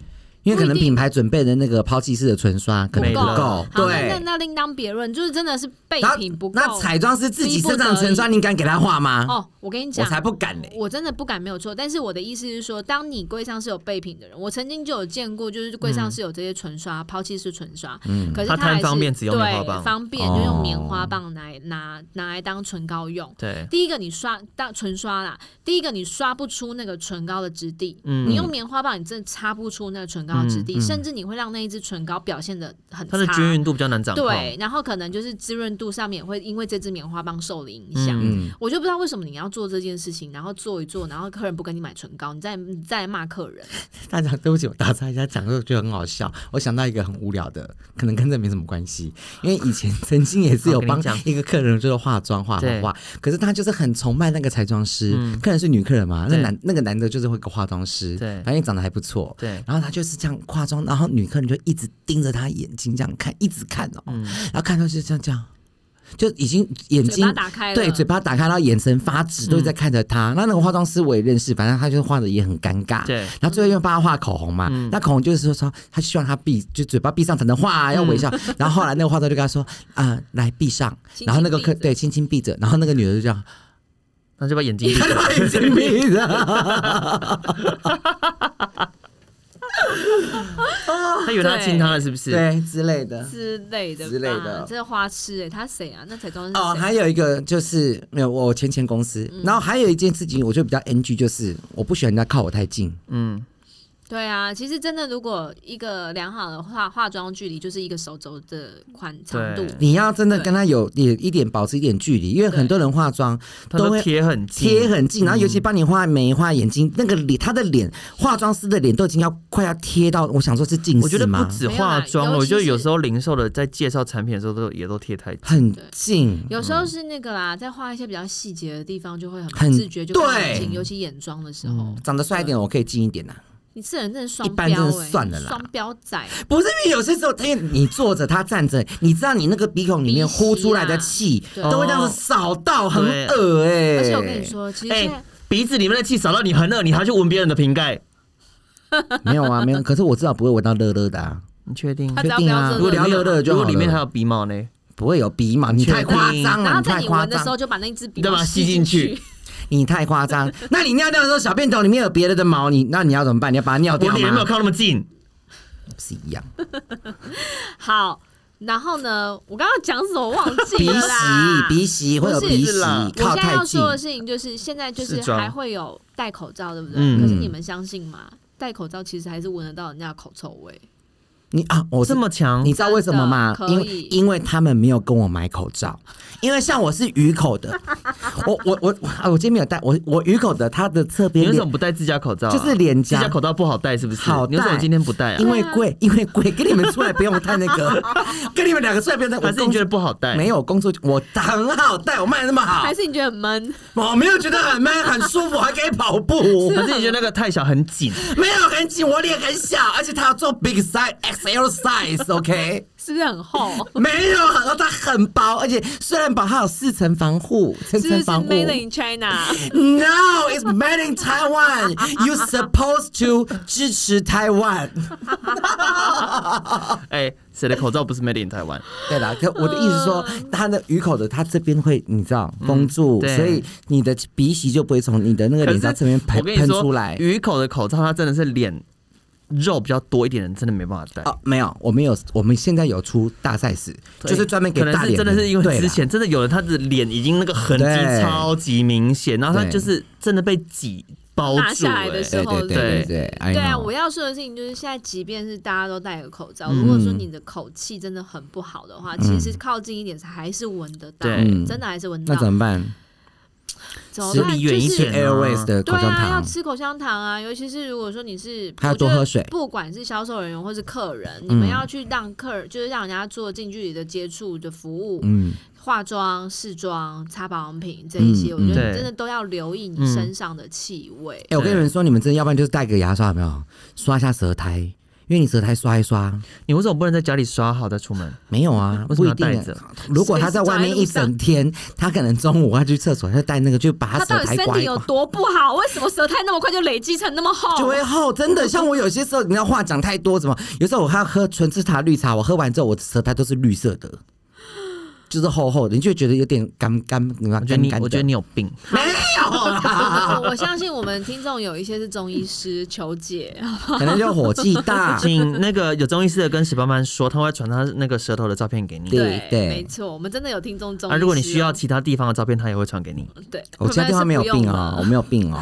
[SPEAKER 4] 因因为可能
[SPEAKER 3] 不一定
[SPEAKER 4] 品牌准备的那个抛弃式的唇刷可能
[SPEAKER 2] 没
[SPEAKER 4] 不
[SPEAKER 2] 了
[SPEAKER 4] 够
[SPEAKER 3] 好，，那那
[SPEAKER 4] 对。
[SPEAKER 3] 那另当别论，就是真的是备
[SPEAKER 4] 然后
[SPEAKER 3] 品不够。
[SPEAKER 4] 那彩妆师自己身上的唇刷，你敢给他画吗？
[SPEAKER 3] 哦，我跟你
[SPEAKER 4] 我
[SPEAKER 3] 讲，
[SPEAKER 4] 才不敢呢、
[SPEAKER 3] 我真的不敢没有错，但是我的意思是说，当你柜上是有备品的人，我曾经就有见过，就是柜
[SPEAKER 2] 嗯
[SPEAKER 3] 上是有这些唇刷、抛弃式唇刷，可是
[SPEAKER 2] 他贪
[SPEAKER 3] 还是
[SPEAKER 2] 嗯方便只用棉花棒哦
[SPEAKER 3] 对方便就用棉花棒拿来拿拿来当唇膏用。
[SPEAKER 2] 对，
[SPEAKER 3] 第一个你刷当唇刷啦，第一个你刷不出那个唇膏的质地，
[SPEAKER 2] 嗯
[SPEAKER 3] 你用棉花棒你真的擦不出那个唇膏的质地，甚至你会让那一支唇膏表现的很
[SPEAKER 2] 它的
[SPEAKER 3] 差。
[SPEAKER 2] 均匀度比较难掌控。
[SPEAKER 4] 嗯
[SPEAKER 3] 对，然后可能就是滋润度上面也会因为这支棉花棒受了影响。
[SPEAKER 4] 嗯，
[SPEAKER 3] 我就不知道为什么你要做这件事情，然后做一做，然后客人不跟你买唇膏，你再你再骂客人。
[SPEAKER 4] 大家对不起，我打岔一下，讲这个觉得很好笑。我想到一个很无聊的，可能跟这没什么关系，因为以前 曾经也是有
[SPEAKER 2] 好跟
[SPEAKER 4] 帮
[SPEAKER 2] 你讲
[SPEAKER 4] 一个客人就是化妆化
[SPEAKER 2] 对嗯
[SPEAKER 4] 化化，可是他就是很崇拜那个彩妆师，客人是女客人嘛，那
[SPEAKER 2] 对
[SPEAKER 4] 男那个男的就是会个化妆师，
[SPEAKER 2] 对
[SPEAKER 4] 反正也长得还不错，
[SPEAKER 2] 对
[SPEAKER 4] 然后他就是这样化妆，然后女客人就一直盯着他眼睛这样看，一直看哦，
[SPEAKER 2] 嗯
[SPEAKER 4] 然后看到就这样这样，就已经眼
[SPEAKER 3] 嘴
[SPEAKER 4] 睛
[SPEAKER 3] 巴打开了，嗯
[SPEAKER 4] 对，嘴巴打开，然后眼神发直，都在看着他。那那个化妆师我也认识，反正他就是画的也很尴尬。
[SPEAKER 2] 对
[SPEAKER 4] 然后最后又帮他画口红嘛，
[SPEAKER 3] 嗯
[SPEAKER 4] 那口红就是说说他希望他闭，就嘴巴闭上才能画、啊，要 微笑。然后后来那个化妆就跟他说啊、来闭上，
[SPEAKER 3] 轻轻
[SPEAKER 4] 然后那个客
[SPEAKER 3] 闭着
[SPEAKER 4] 对轻轻闭着，然后那个女的就这 样。
[SPEAKER 2] 那就把眼睛闭着。
[SPEAKER 4] 眼睛闭着，
[SPEAKER 2] 他以为他
[SPEAKER 3] 对
[SPEAKER 2] 清汤了，是不是？
[SPEAKER 4] 对之类的。
[SPEAKER 3] 之类的吧
[SPEAKER 4] 之类的
[SPEAKER 3] 这花痴哎、他谁啊？那彩妆师
[SPEAKER 4] 哦，
[SPEAKER 3] 谁
[SPEAKER 4] 还有一个就是没有我前前公司，
[SPEAKER 3] 嗯
[SPEAKER 4] 然后还有一件事情我就比较 NG，就是我不喜欢人家靠我太近。
[SPEAKER 2] 嗯，
[SPEAKER 3] 对啊，其实真的，如果一个良好的化化妆距离，就是一个手肘的宽长度
[SPEAKER 2] 对。
[SPEAKER 4] 你要真的跟他有点一点保持一点距离，因为很多人化妆
[SPEAKER 2] 他
[SPEAKER 4] 都
[SPEAKER 2] 都
[SPEAKER 4] 会
[SPEAKER 2] 贴很近，
[SPEAKER 4] 贴很
[SPEAKER 3] 嗯
[SPEAKER 4] 近，然后尤其帮你画眉、画眼睛，那个脸，他的脸，化妆师的脸都已经要快要贴到，我想说是近
[SPEAKER 2] 我觉
[SPEAKER 4] 视
[SPEAKER 2] 得不
[SPEAKER 4] 吗？
[SPEAKER 2] 止
[SPEAKER 3] 没有
[SPEAKER 2] 化
[SPEAKER 3] 啦
[SPEAKER 2] 妆，
[SPEAKER 3] 尤
[SPEAKER 2] 我觉得
[SPEAKER 3] 其
[SPEAKER 2] 有
[SPEAKER 3] 是
[SPEAKER 2] 时候零售的在介绍产品的时候都也都贴太近。
[SPEAKER 4] 很近，
[SPEAKER 3] 有时候是那个啦，在画一些比较细节的地方，就会很
[SPEAKER 4] 很
[SPEAKER 3] 不自觉就看
[SPEAKER 4] 对
[SPEAKER 3] 眼睛尤其眼妆的时候，
[SPEAKER 4] 长得帅一点我可以近一点呐、啊
[SPEAKER 3] 你这人真的是
[SPEAKER 4] 一
[SPEAKER 3] 双
[SPEAKER 4] 般真
[SPEAKER 3] 标
[SPEAKER 4] 的
[SPEAKER 3] 哎、
[SPEAKER 4] 算了啦
[SPEAKER 3] 双标仔，
[SPEAKER 4] 不是因为有些时候，因为你坐着，他站着，你知道你那个鼻孔里面
[SPEAKER 3] 鼻息啊
[SPEAKER 4] 呼出来的气、
[SPEAKER 3] 对
[SPEAKER 4] 都会这样子扫到，很恶哎、
[SPEAKER 3] 而且我跟你，说，其实
[SPEAKER 2] 哎、
[SPEAKER 3] 现在
[SPEAKER 2] 鼻子里面的气扫到你很热，你还去闻别人的瓶盖，
[SPEAKER 4] 没有啊，没有，可是我至少不会闻到热热的、啊，
[SPEAKER 2] 你确定？
[SPEAKER 3] 他只
[SPEAKER 4] 确
[SPEAKER 3] 要不
[SPEAKER 4] 定
[SPEAKER 3] 要
[SPEAKER 4] 啊
[SPEAKER 3] 热
[SPEAKER 4] 如果
[SPEAKER 3] 热
[SPEAKER 4] 聊
[SPEAKER 3] 就
[SPEAKER 4] 热
[SPEAKER 3] 好
[SPEAKER 4] 热就
[SPEAKER 2] 如
[SPEAKER 4] 好
[SPEAKER 2] 果
[SPEAKER 4] 了，
[SPEAKER 2] 里面还有鼻毛呢，
[SPEAKER 4] 不会有鼻毛，你太夸
[SPEAKER 3] 然
[SPEAKER 4] 张了，
[SPEAKER 3] 后
[SPEAKER 4] 你
[SPEAKER 3] 在
[SPEAKER 4] 嗯太
[SPEAKER 3] 你
[SPEAKER 4] 夸
[SPEAKER 3] 闻的时
[SPEAKER 4] 张
[SPEAKER 3] 候，就把那一支笔
[SPEAKER 2] 你再把它吸进去
[SPEAKER 3] 去。
[SPEAKER 4] 你太夸张。 那你尿尿的时候，小便斗里面有别人的毛，你那你要怎么办？你要把它尿
[SPEAKER 2] 我
[SPEAKER 4] 掉
[SPEAKER 2] 脸没有
[SPEAKER 4] 吗？
[SPEAKER 2] 靠那么近，
[SPEAKER 4] 是一样。
[SPEAKER 3] 好，然后呢，我刚刚讲什么忘记
[SPEAKER 4] 鼻
[SPEAKER 3] 了
[SPEAKER 4] 息
[SPEAKER 3] 啦，。
[SPEAKER 4] 鼻息会有
[SPEAKER 3] 不是
[SPEAKER 4] 鼻息
[SPEAKER 2] 啦，
[SPEAKER 3] 我现
[SPEAKER 4] 靠
[SPEAKER 3] 在
[SPEAKER 4] 太
[SPEAKER 3] 要
[SPEAKER 4] 近
[SPEAKER 3] 说。的事情就是，现在就
[SPEAKER 2] 试
[SPEAKER 3] 是
[SPEAKER 2] 妆
[SPEAKER 3] 还会有戴口罩，对不对？
[SPEAKER 2] 嗯
[SPEAKER 3] 可是你们相信吗？戴口罩其实还是闻得到人家的口臭味。
[SPEAKER 4] 你啊，我
[SPEAKER 2] 这
[SPEAKER 4] 这么。
[SPEAKER 2] 么强
[SPEAKER 4] 你，知道为什么吗
[SPEAKER 3] 真？的
[SPEAKER 4] 因
[SPEAKER 3] 可
[SPEAKER 4] 为
[SPEAKER 3] 以
[SPEAKER 4] 因为他们没有跟我买口罩，因为像我是鱼口的， 我我我啊，我今天没有戴，我我鱼口的，它的侧
[SPEAKER 2] 你
[SPEAKER 4] 边
[SPEAKER 2] 为什么
[SPEAKER 4] 脸
[SPEAKER 2] 不戴自家口罩啊、
[SPEAKER 4] 就是脸
[SPEAKER 2] 自家
[SPEAKER 4] 颊
[SPEAKER 2] 口罩不好戴，是不是？
[SPEAKER 4] 好戴
[SPEAKER 2] 你为什么今天不戴啊
[SPEAKER 4] 因？为贵，因为贵，跟你们出来不用太那个，跟你们两个出来不用太，我
[SPEAKER 2] 还是你
[SPEAKER 4] 工
[SPEAKER 2] 觉
[SPEAKER 4] 作
[SPEAKER 2] 得不好戴？
[SPEAKER 4] 没有工作，我很好戴，我卖得那么好
[SPEAKER 3] 还，是你觉得很闷？
[SPEAKER 4] 我没有觉得很闷，很舒服，还可以跑步。
[SPEAKER 2] 还是你觉得那个太小很紧？
[SPEAKER 4] 没有很紧，我脸很小，而且他要做 big size、XL size，OK？、
[SPEAKER 3] 是不是很 厚？
[SPEAKER 4] 没有，然后它很薄，而且虽然薄，它有四层防护，层
[SPEAKER 3] 是不
[SPEAKER 4] 层
[SPEAKER 3] 是
[SPEAKER 4] 防护。
[SPEAKER 3] Made in China？
[SPEAKER 4] No, it's made in Taiwan. You supposed to 支持 台湾。
[SPEAKER 2] 哎、谁的口罩不是 made in 台 湾？
[SPEAKER 4] 对啦，可我的意思是说，它的鱼口的，它这边会你知道封住，
[SPEAKER 2] 嗯对
[SPEAKER 4] 所以你的鼻息就不会从你的那个
[SPEAKER 2] 可
[SPEAKER 4] 脸
[SPEAKER 2] 是
[SPEAKER 4] 颊这边
[SPEAKER 2] 我
[SPEAKER 4] 喷
[SPEAKER 2] 跟你
[SPEAKER 4] 喷
[SPEAKER 2] 说，
[SPEAKER 4] 出来。
[SPEAKER 2] 鱼口的口罩它真的是脸肉比较多一点的人真的没办法戴。
[SPEAKER 4] 哦，没有，我们有，我们现在有出大赛事，就是专门给
[SPEAKER 2] 可
[SPEAKER 4] 大
[SPEAKER 2] 能
[SPEAKER 4] 脸
[SPEAKER 2] 是
[SPEAKER 4] 的。
[SPEAKER 2] 真的是因为
[SPEAKER 4] 对
[SPEAKER 2] 之
[SPEAKER 4] 啦
[SPEAKER 2] 前真的有人他的脸已经那个痕迹
[SPEAKER 4] 对
[SPEAKER 2] 超级明显，然后他
[SPEAKER 4] 对
[SPEAKER 2] 就是真的被挤包
[SPEAKER 3] 拿
[SPEAKER 2] 住、
[SPEAKER 3] 下来的
[SPEAKER 2] 欸
[SPEAKER 3] 时
[SPEAKER 4] 对对对对哎
[SPEAKER 2] 对
[SPEAKER 4] 对，I
[SPEAKER 3] 对啊，
[SPEAKER 4] know 嗯
[SPEAKER 3] 我要说的事情就是，现在即便是大家都戴个口罩，如果说你的口气真的很不好的话，其实靠近一点还是闻得到，
[SPEAKER 2] 对
[SPEAKER 4] 嗯
[SPEAKER 3] 真的还是闻
[SPEAKER 4] 那
[SPEAKER 3] 得到
[SPEAKER 4] 怎。么办
[SPEAKER 3] 怎么
[SPEAKER 2] 是
[SPEAKER 3] 办
[SPEAKER 2] 离远一
[SPEAKER 3] 就是
[SPEAKER 2] 点啊
[SPEAKER 4] Airways 的口
[SPEAKER 3] 对
[SPEAKER 4] 香
[SPEAKER 3] 啊，要
[SPEAKER 4] 糖，
[SPEAKER 3] 吃口香糖啊，尤其是如果说你是，
[SPEAKER 4] 还要
[SPEAKER 3] 我觉
[SPEAKER 4] 多
[SPEAKER 3] 得
[SPEAKER 4] 喝水嗯
[SPEAKER 3] 不管是销售人员或是客人，你们要去让客人，就是让人家做近距离的接触的服务，
[SPEAKER 4] 嗯，
[SPEAKER 3] 化妆、试妆、擦保养品这一些，
[SPEAKER 4] 嗯
[SPEAKER 3] 我觉得
[SPEAKER 2] 对
[SPEAKER 3] 你真的都要留意你身上的气味
[SPEAKER 4] 哎、。我跟你们说，你们真的要不然就是带个牙刷，有没有刷一下舌苔？因为你舌苔刷一刷，
[SPEAKER 2] 你为什么不能在家里刷好再出门？
[SPEAKER 4] 没有啊，
[SPEAKER 2] 为什
[SPEAKER 4] 不
[SPEAKER 2] 么要
[SPEAKER 4] 一定
[SPEAKER 2] 带
[SPEAKER 4] 欸
[SPEAKER 2] 着。
[SPEAKER 4] 如果他在外面一整天，他可能中午要去厕所，他就带那个就把
[SPEAKER 3] 他到
[SPEAKER 4] 舌
[SPEAKER 3] 底
[SPEAKER 4] 苔
[SPEAKER 3] 身
[SPEAKER 4] 刮
[SPEAKER 3] 体
[SPEAKER 4] 一
[SPEAKER 3] 有
[SPEAKER 4] 刮，
[SPEAKER 3] 多不好？ 为什么舌苔那么快就累积成那么厚？啊
[SPEAKER 4] 就会厚。真的，像我有些时候，你知道话讲太多，怎么？有时候我还要喝纯喫茶绿茶，我喝完之后，我的舌苔都是绿色的，就是厚厚的，你就觉得有点干干，你知道
[SPEAKER 2] 我觉得你
[SPEAKER 4] 干干，的
[SPEAKER 2] 我觉得你有病。。
[SPEAKER 4] 没有啦，
[SPEAKER 3] 哦我我相信我们听众有一些是中医师，求解。
[SPEAKER 4] 可能就火气大
[SPEAKER 2] 请那个有中医师的跟史班班说，他会传他那个舌头的照片给你。
[SPEAKER 4] 对
[SPEAKER 3] 没错，我们真的有听众中医
[SPEAKER 2] 啊，
[SPEAKER 3] 师哦。
[SPEAKER 2] 如果你需要其他地方的照片，他也会传给你。
[SPEAKER 3] 对，
[SPEAKER 4] 我家地方没有病哦，我
[SPEAKER 3] 我们是不用了
[SPEAKER 4] 没有病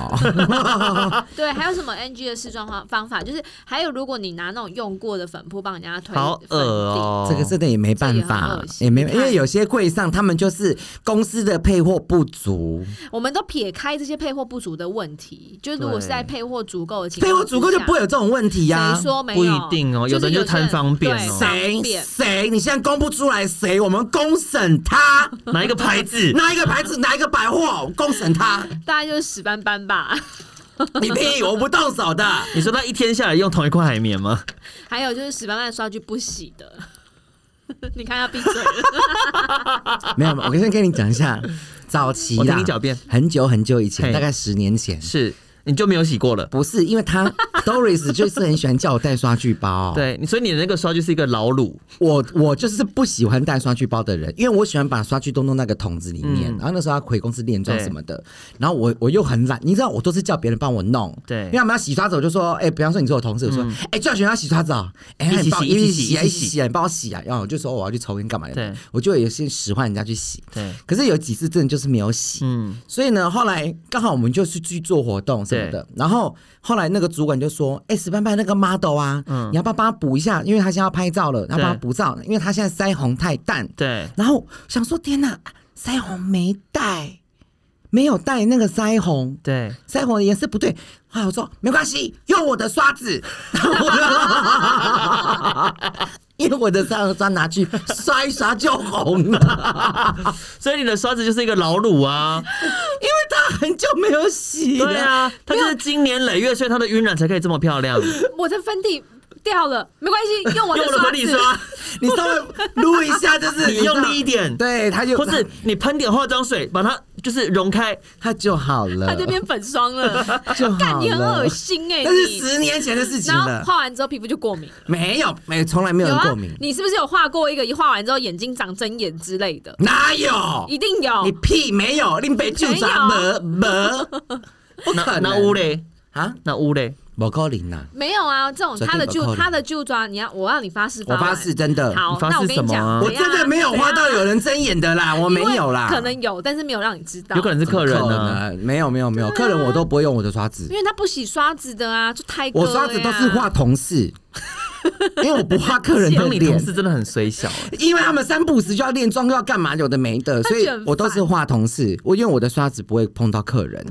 [SPEAKER 4] 哦。
[SPEAKER 3] 对，还有什么 NG 的试妆方方法？就是还有，如果你拿那种用过的粉扑帮人家推
[SPEAKER 2] 好恶
[SPEAKER 3] 粉底，
[SPEAKER 2] 哦、
[SPEAKER 4] 这个真的也没办
[SPEAKER 3] 这也很
[SPEAKER 4] 法
[SPEAKER 3] 恶，心
[SPEAKER 4] 也没，
[SPEAKER 3] 你
[SPEAKER 4] 因
[SPEAKER 3] 看
[SPEAKER 4] 为有些柜上他们就是公司的配货不足，
[SPEAKER 3] 我们都撇开这些配货不足的问题，就是如果是在
[SPEAKER 2] 对
[SPEAKER 3] 配货足够的情况
[SPEAKER 4] 配
[SPEAKER 3] 之下，
[SPEAKER 4] 货足够就不会有这种问题呀
[SPEAKER 3] 谁。说没有？
[SPEAKER 2] 不一定哦有
[SPEAKER 3] 就
[SPEAKER 2] 的人
[SPEAKER 3] 是
[SPEAKER 2] 就
[SPEAKER 3] 有
[SPEAKER 2] 贪方便哦
[SPEAKER 3] 对方
[SPEAKER 4] 谁
[SPEAKER 3] 便
[SPEAKER 4] 谁？你现在公布出来谁？我们公审 他，
[SPEAKER 2] 哪一个牌 子？
[SPEAKER 4] 哪一个牌子，哪一个百货，我公审他。
[SPEAKER 3] 大概就是屎斑斑吧。
[SPEAKER 4] 你屁，我不动 手的。
[SPEAKER 2] 你说他一天下来用同一块海绵吗？
[SPEAKER 3] 还有就是屎斑斑的刷具不洗 的，你看他闭嘴了。
[SPEAKER 4] 没有，我先跟你讲一下，早期啦
[SPEAKER 2] 我听你狡辩，
[SPEAKER 4] 很久很久以前，
[SPEAKER 2] 嘿
[SPEAKER 4] 大概十年前。
[SPEAKER 2] 是，你就没有洗过了。
[SPEAKER 4] 不是，因为他 Doris 就是很喜欢叫我带刷具包，，
[SPEAKER 2] 对，你所以你的那个刷就是一个老卤，
[SPEAKER 4] 我我就是不喜欢带刷具包的人，因为我喜欢把刷具都弄那个桶子里面。
[SPEAKER 2] 嗯
[SPEAKER 4] 然后那时候要回公司练妆什么的，然后我我又很懒，你知道我都是叫别人帮我弄。
[SPEAKER 2] 对嗯
[SPEAKER 4] 因为他们要洗刷子，我就说，哎、比方说你是我同事，我说，哎、叫学生要洗刷子哦，哎、
[SPEAKER 2] 一起
[SPEAKER 4] 你帮
[SPEAKER 2] 洗
[SPEAKER 4] 我一
[SPEAKER 2] 一起
[SPEAKER 4] 起
[SPEAKER 2] 洗
[SPEAKER 4] 洗啊，
[SPEAKER 2] 一
[SPEAKER 4] 一
[SPEAKER 2] 起
[SPEAKER 4] 起
[SPEAKER 2] 洗
[SPEAKER 4] 洗啊，你帮我洗啊。然后我就说我要去抽烟干嘛的，
[SPEAKER 2] 对
[SPEAKER 4] 我就有些使唤人家去洗。
[SPEAKER 2] 对
[SPEAKER 4] 可是有几次真的就是没有洗，
[SPEAKER 2] 嗯，
[SPEAKER 4] 所以呢，后来刚好我们就去去做活动什么的，然后后来那个主管就说：“哎、石斑斑那个 model 啊，
[SPEAKER 2] 嗯
[SPEAKER 4] 你要不要帮他补一下？因为他现在要拍照了，要帮他
[SPEAKER 2] 对
[SPEAKER 4] 补照，因为他现在腮红太淡。”
[SPEAKER 2] 对，
[SPEAKER 4] 然后想说：“天哪，腮红没带，没有带那个腮红，
[SPEAKER 2] 对，
[SPEAKER 4] 腮红的颜色不对。”啊，我说没关系，用我的刷子， 因为我的腮红刷拿去 刷一刷就红了。
[SPEAKER 2] 所以你的刷子就是一个老卤啊。
[SPEAKER 4] 因为他很久没有洗了。
[SPEAKER 2] 对啊，它就是经年累月，所以它的晕染才可以这么漂亮。
[SPEAKER 3] 我的粉底掉了，没关系，用我的
[SPEAKER 2] 用我的
[SPEAKER 3] 刷
[SPEAKER 2] 粉底
[SPEAKER 3] 子。
[SPEAKER 2] 刷，
[SPEAKER 4] 你稍微撸一下，就是
[SPEAKER 2] 你用
[SPEAKER 4] 知道
[SPEAKER 2] 力一点
[SPEAKER 4] 对，他就
[SPEAKER 2] 或是你喷点化妆水，把它就是融开。
[SPEAKER 4] 他就好了，
[SPEAKER 3] 他这边粉霜 了，
[SPEAKER 4] 就
[SPEAKER 3] 干
[SPEAKER 4] 好
[SPEAKER 3] 你很
[SPEAKER 4] 了
[SPEAKER 3] 恶心哎、
[SPEAKER 4] 那是
[SPEAKER 3] 你
[SPEAKER 4] 十年前的事情
[SPEAKER 3] 然后
[SPEAKER 4] 了，
[SPEAKER 3] 画完之后皮肤就过敏了。
[SPEAKER 4] 没有，没有从来没有
[SPEAKER 3] 有
[SPEAKER 4] 人过
[SPEAKER 3] 啊
[SPEAKER 4] 敏，，
[SPEAKER 3] 你是不是有画过一个一画完之后眼睛长针眼之类的？
[SPEAKER 4] 哪有？
[SPEAKER 3] 一定有
[SPEAKER 4] 你。屁没有，你被就抓
[SPEAKER 3] 没
[SPEAKER 4] 没没，不
[SPEAKER 2] 那
[SPEAKER 4] 可能
[SPEAKER 2] 那屋嘞，
[SPEAKER 4] 啊，
[SPEAKER 2] 那屋嘞，
[SPEAKER 4] 不可能呐！
[SPEAKER 3] 没有啊，这种
[SPEAKER 4] 绝对
[SPEAKER 3] 他的
[SPEAKER 4] 不
[SPEAKER 3] 就
[SPEAKER 4] 扣你
[SPEAKER 3] 他的就抓，你要我让你发誓，
[SPEAKER 4] 我发誓真的，
[SPEAKER 3] 好
[SPEAKER 2] 你，发
[SPEAKER 3] 那
[SPEAKER 2] 誓
[SPEAKER 3] 我跟
[SPEAKER 2] 什
[SPEAKER 3] 你
[SPEAKER 2] 么啊
[SPEAKER 3] 讲，
[SPEAKER 4] 我
[SPEAKER 3] 怎样
[SPEAKER 4] 真的没有花到
[SPEAKER 3] 怎样
[SPEAKER 4] 有人睁眼的啦，我没有啦，
[SPEAKER 3] 因为可能有，但是没有让你知道，
[SPEAKER 2] 有可能是客人啊
[SPEAKER 4] 怎么可
[SPEAKER 2] 呢、
[SPEAKER 4] 能没有没有没有，客人我都不会用我的刷子
[SPEAKER 3] 因，为他不洗刷子的啊，就胎哥呀
[SPEAKER 4] 我刷子都是画同事，因为我不画客人的
[SPEAKER 2] 当你同
[SPEAKER 4] 脸。
[SPEAKER 2] 事真的很衰小、欸，
[SPEAKER 4] 因为他们三不五时就要练妆，又要干嘛，有的没的，
[SPEAKER 3] 他觉得很
[SPEAKER 4] 所以
[SPEAKER 3] 烦
[SPEAKER 4] 我都是画同事。我因为我的刷子不会碰到客人，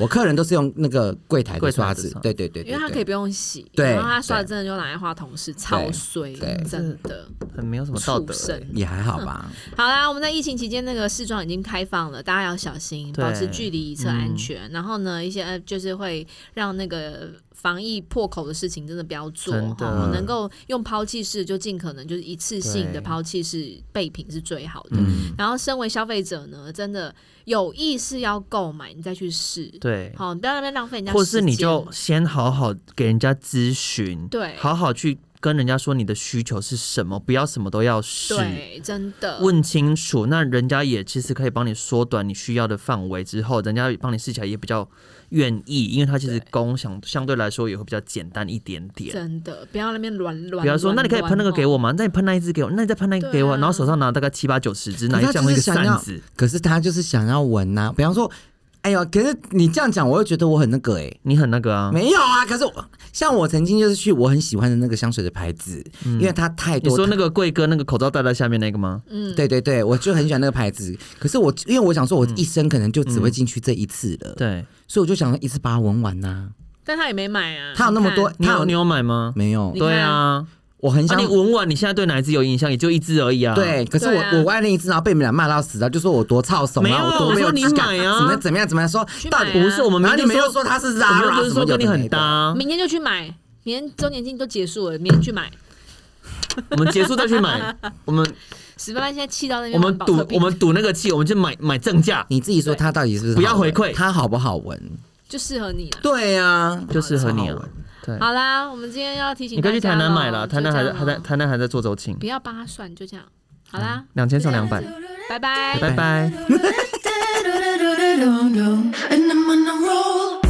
[SPEAKER 4] 我客人都是用那个柜台
[SPEAKER 2] 柜
[SPEAKER 4] 的
[SPEAKER 2] 台的
[SPEAKER 4] 刷子
[SPEAKER 2] 刷。
[SPEAKER 4] 对对对对
[SPEAKER 3] 因为他可以不用洗，
[SPEAKER 4] 对
[SPEAKER 3] 然后他刷的真的就拿来画同事，超衰，
[SPEAKER 4] 对
[SPEAKER 3] 真的
[SPEAKER 2] 很没有什么道
[SPEAKER 3] 畜
[SPEAKER 2] 德、欸
[SPEAKER 3] 生。。
[SPEAKER 4] 也还好吧。
[SPEAKER 3] 好啦，我们在疫情期间那个试妆已经开放了，大家要小心，
[SPEAKER 2] 对
[SPEAKER 3] 保持距离，以测
[SPEAKER 2] 嗯
[SPEAKER 3] 安全。然后呢，一些呃，就是会让那个防疫破口的事情真的不要做
[SPEAKER 2] 真的
[SPEAKER 3] 哈，能够用抛弃式就尽可能就是一次性的
[SPEAKER 2] 对
[SPEAKER 3] 抛弃式备品是最好的。
[SPEAKER 2] 嗯，
[SPEAKER 3] 然后，身为消费者呢，真的有意识要购买，你再去试。
[SPEAKER 2] 对。
[SPEAKER 3] 好，你不要在那边浪费人家时间，
[SPEAKER 2] 或是你就先好好给人家咨询，
[SPEAKER 3] 对
[SPEAKER 2] 好好去跟人家说你的需求是什么，不要什么都要试，
[SPEAKER 3] 对，真的
[SPEAKER 2] 问清楚，那人家也其实可以帮你缩短你需要的范围，之后人家也帮你试起来也比较愿意，因为它其实
[SPEAKER 3] 对
[SPEAKER 2] 工相相对来说也会比较简单一点点。
[SPEAKER 3] 真的不要那边乱乱。
[SPEAKER 2] 比方说，那你可以喷那个给
[SPEAKER 3] 我，
[SPEAKER 2] 我吗？那你喷那一支给我，那你再喷那一个给我，
[SPEAKER 3] 对啊
[SPEAKER 2] 然后手上拿大概七八九十支，
[SPEAKER 4] 可
[SPEAKER 2] 拿
[SPEAKER 4] 是
[SPEAKER 2] 一
[SPEAKER 4] 他
[SPEAKER 2] 像
[SPEAKER 4] 就
[SPEAKER 2] 那
[SPEAKER 4] 是
[SPEAKER 2] 个
[SPEAKER 4] 想
[SPEAKER 2] 扇
[SPEAKER 4] 要
[SPEAKER 2] 子。，
[SPEAKER 4] 可是他就是想要闻呐、比方说，哎呦，可是你这样讲，我又觉得我很那个哎、
[SPEAKER 2] 你很那个啊，
[SPEAKER 4] 没有啊，可是我像我曾经就是去我很喜欢的那个香水的牌子，因为它太
[SPEAKER 2] 你
[SPEAKER 4] 多
[SPEAKER 2] 说那个贵哥那个口罩戴在下面那个吗？
[SPEAKER 3] 嗯，
[SPEAKER 4] 对对对，我就很喜欢那个牌子。可是我因为我想说，我一生可能就只会进去这一次了，
[SPEAKER 2] 对，
[SPEAKER 4] 所以我就想一次把它闻完呐、
[SPEAKER 3] 但他也没买啊，
[SPEAKER 4] 他有那么多
[SPEAKER 2] 你
[SPEAKER 3] 你看，
[SPEAKER 4] 他
[SPEAKER 2] 有你有买吗？
[SPEAKER 4] 没有
[SPEAKER 3] 你？看
[SPEAKER 2] 对啊，
[SPEAKER 4] 我很
[SPEAKER 2] 那
[SPEAKER 4] 想
[SPEAKER 2] 你闻完你现在对哪一支有印象？也就一支而已啊。
[SPEAKER 4] 对，可是我、
[SPEAKER 3] 对啊
[SPEAKER 4] 我爱另一次，然后被你们俩骂到死了，就说我多操怂
[SPEAKER 2] 没有
[SPEAKER 4] 啊，我多没
[SPEAKER 2] 我说
[SPEAKER 4] 有
[SPEAKER 2] 你
[SPEAKER 4] 质感，
[SPEAKER 2] 买啊
[SPEAKER 4] 怎么怎么样怎么样，说
[SPEAKER 3] 去买
[SPEAKER 4] 到
[SPEAKER 3] 啊
[SPEAKER 4] 底
[SPEAKER 2] 不是我们明
[SPEAKER 4] 然后
[SPEAKER 2] 天
[SPEAKER 4] 你们
[SPEAKER 2] 就
[SPEAKER 4] 又说他是
[SPEAKER 2] 我们
[SPEAKER 4] Zara，
[SPEAKER 2] 不是
[SPEAKER 4] 什
[SPEAKER 2] 说
[SPEAKER 4] 么
[SPEAKER 2] 跟你
[SPEAKER 4] 有的没
[SPEAKER 2] 很
[SPEAKER 4] 的
[SPEAKER 2] 搭啊，
[SPEAKER 3] 明天就去买，明天周年庆都结束了，明天去买。
[SPEAKER 2] 我们结束再去买，我们
[SPEAKER 3] 史班班现在气到那边，
[SPEAKER 2] 我们
[SPEAKER 3] 保
[SPEAKER 2] 赌
[SPEAKER 3] 特瓶
[SPEAKER 2] 我们赌那个气，我们就买买正价，
[SPEAKER 4] 你自己说它到底是不是
[SPEAKER 2] 不要
[SPEAKER 4] 好闻
[SPEAKER 2] 回馈
[SPEAKER 4] 它好不好闻？
[SPEAKER 3] 就适合你了。
[SPEAKER 4] 对啊，
[SPEAKER 2] 就适合你
[SPEAKER 4] 超好
[SPEAKER 2] 啊
[SPEAKER 4] 闻。
[SPEAKER 2] 对，
[SPEAKER 3] 好啦，我们今天要提醒
[SPEAKER 2] 你可以去
[SPEAKER 3] 大家
[SPEAKER 2] 台南
[SPEAKER 3] 咯
[SPEAKER 2] 买了，台南还哦啊在还在，
[SPEAKER 3] 就这样咯
[SPEAKER 2] 台南还在做周庆，
[SPEAKER 3] 不要帮他算，就这样。好啦，
[SPEAKER 2] 两千上两百，
[SPEAKER 3] 拜拜。
[SPEAKER 2] 拜拜。
[SPEAKER 1] And I'm on a roll.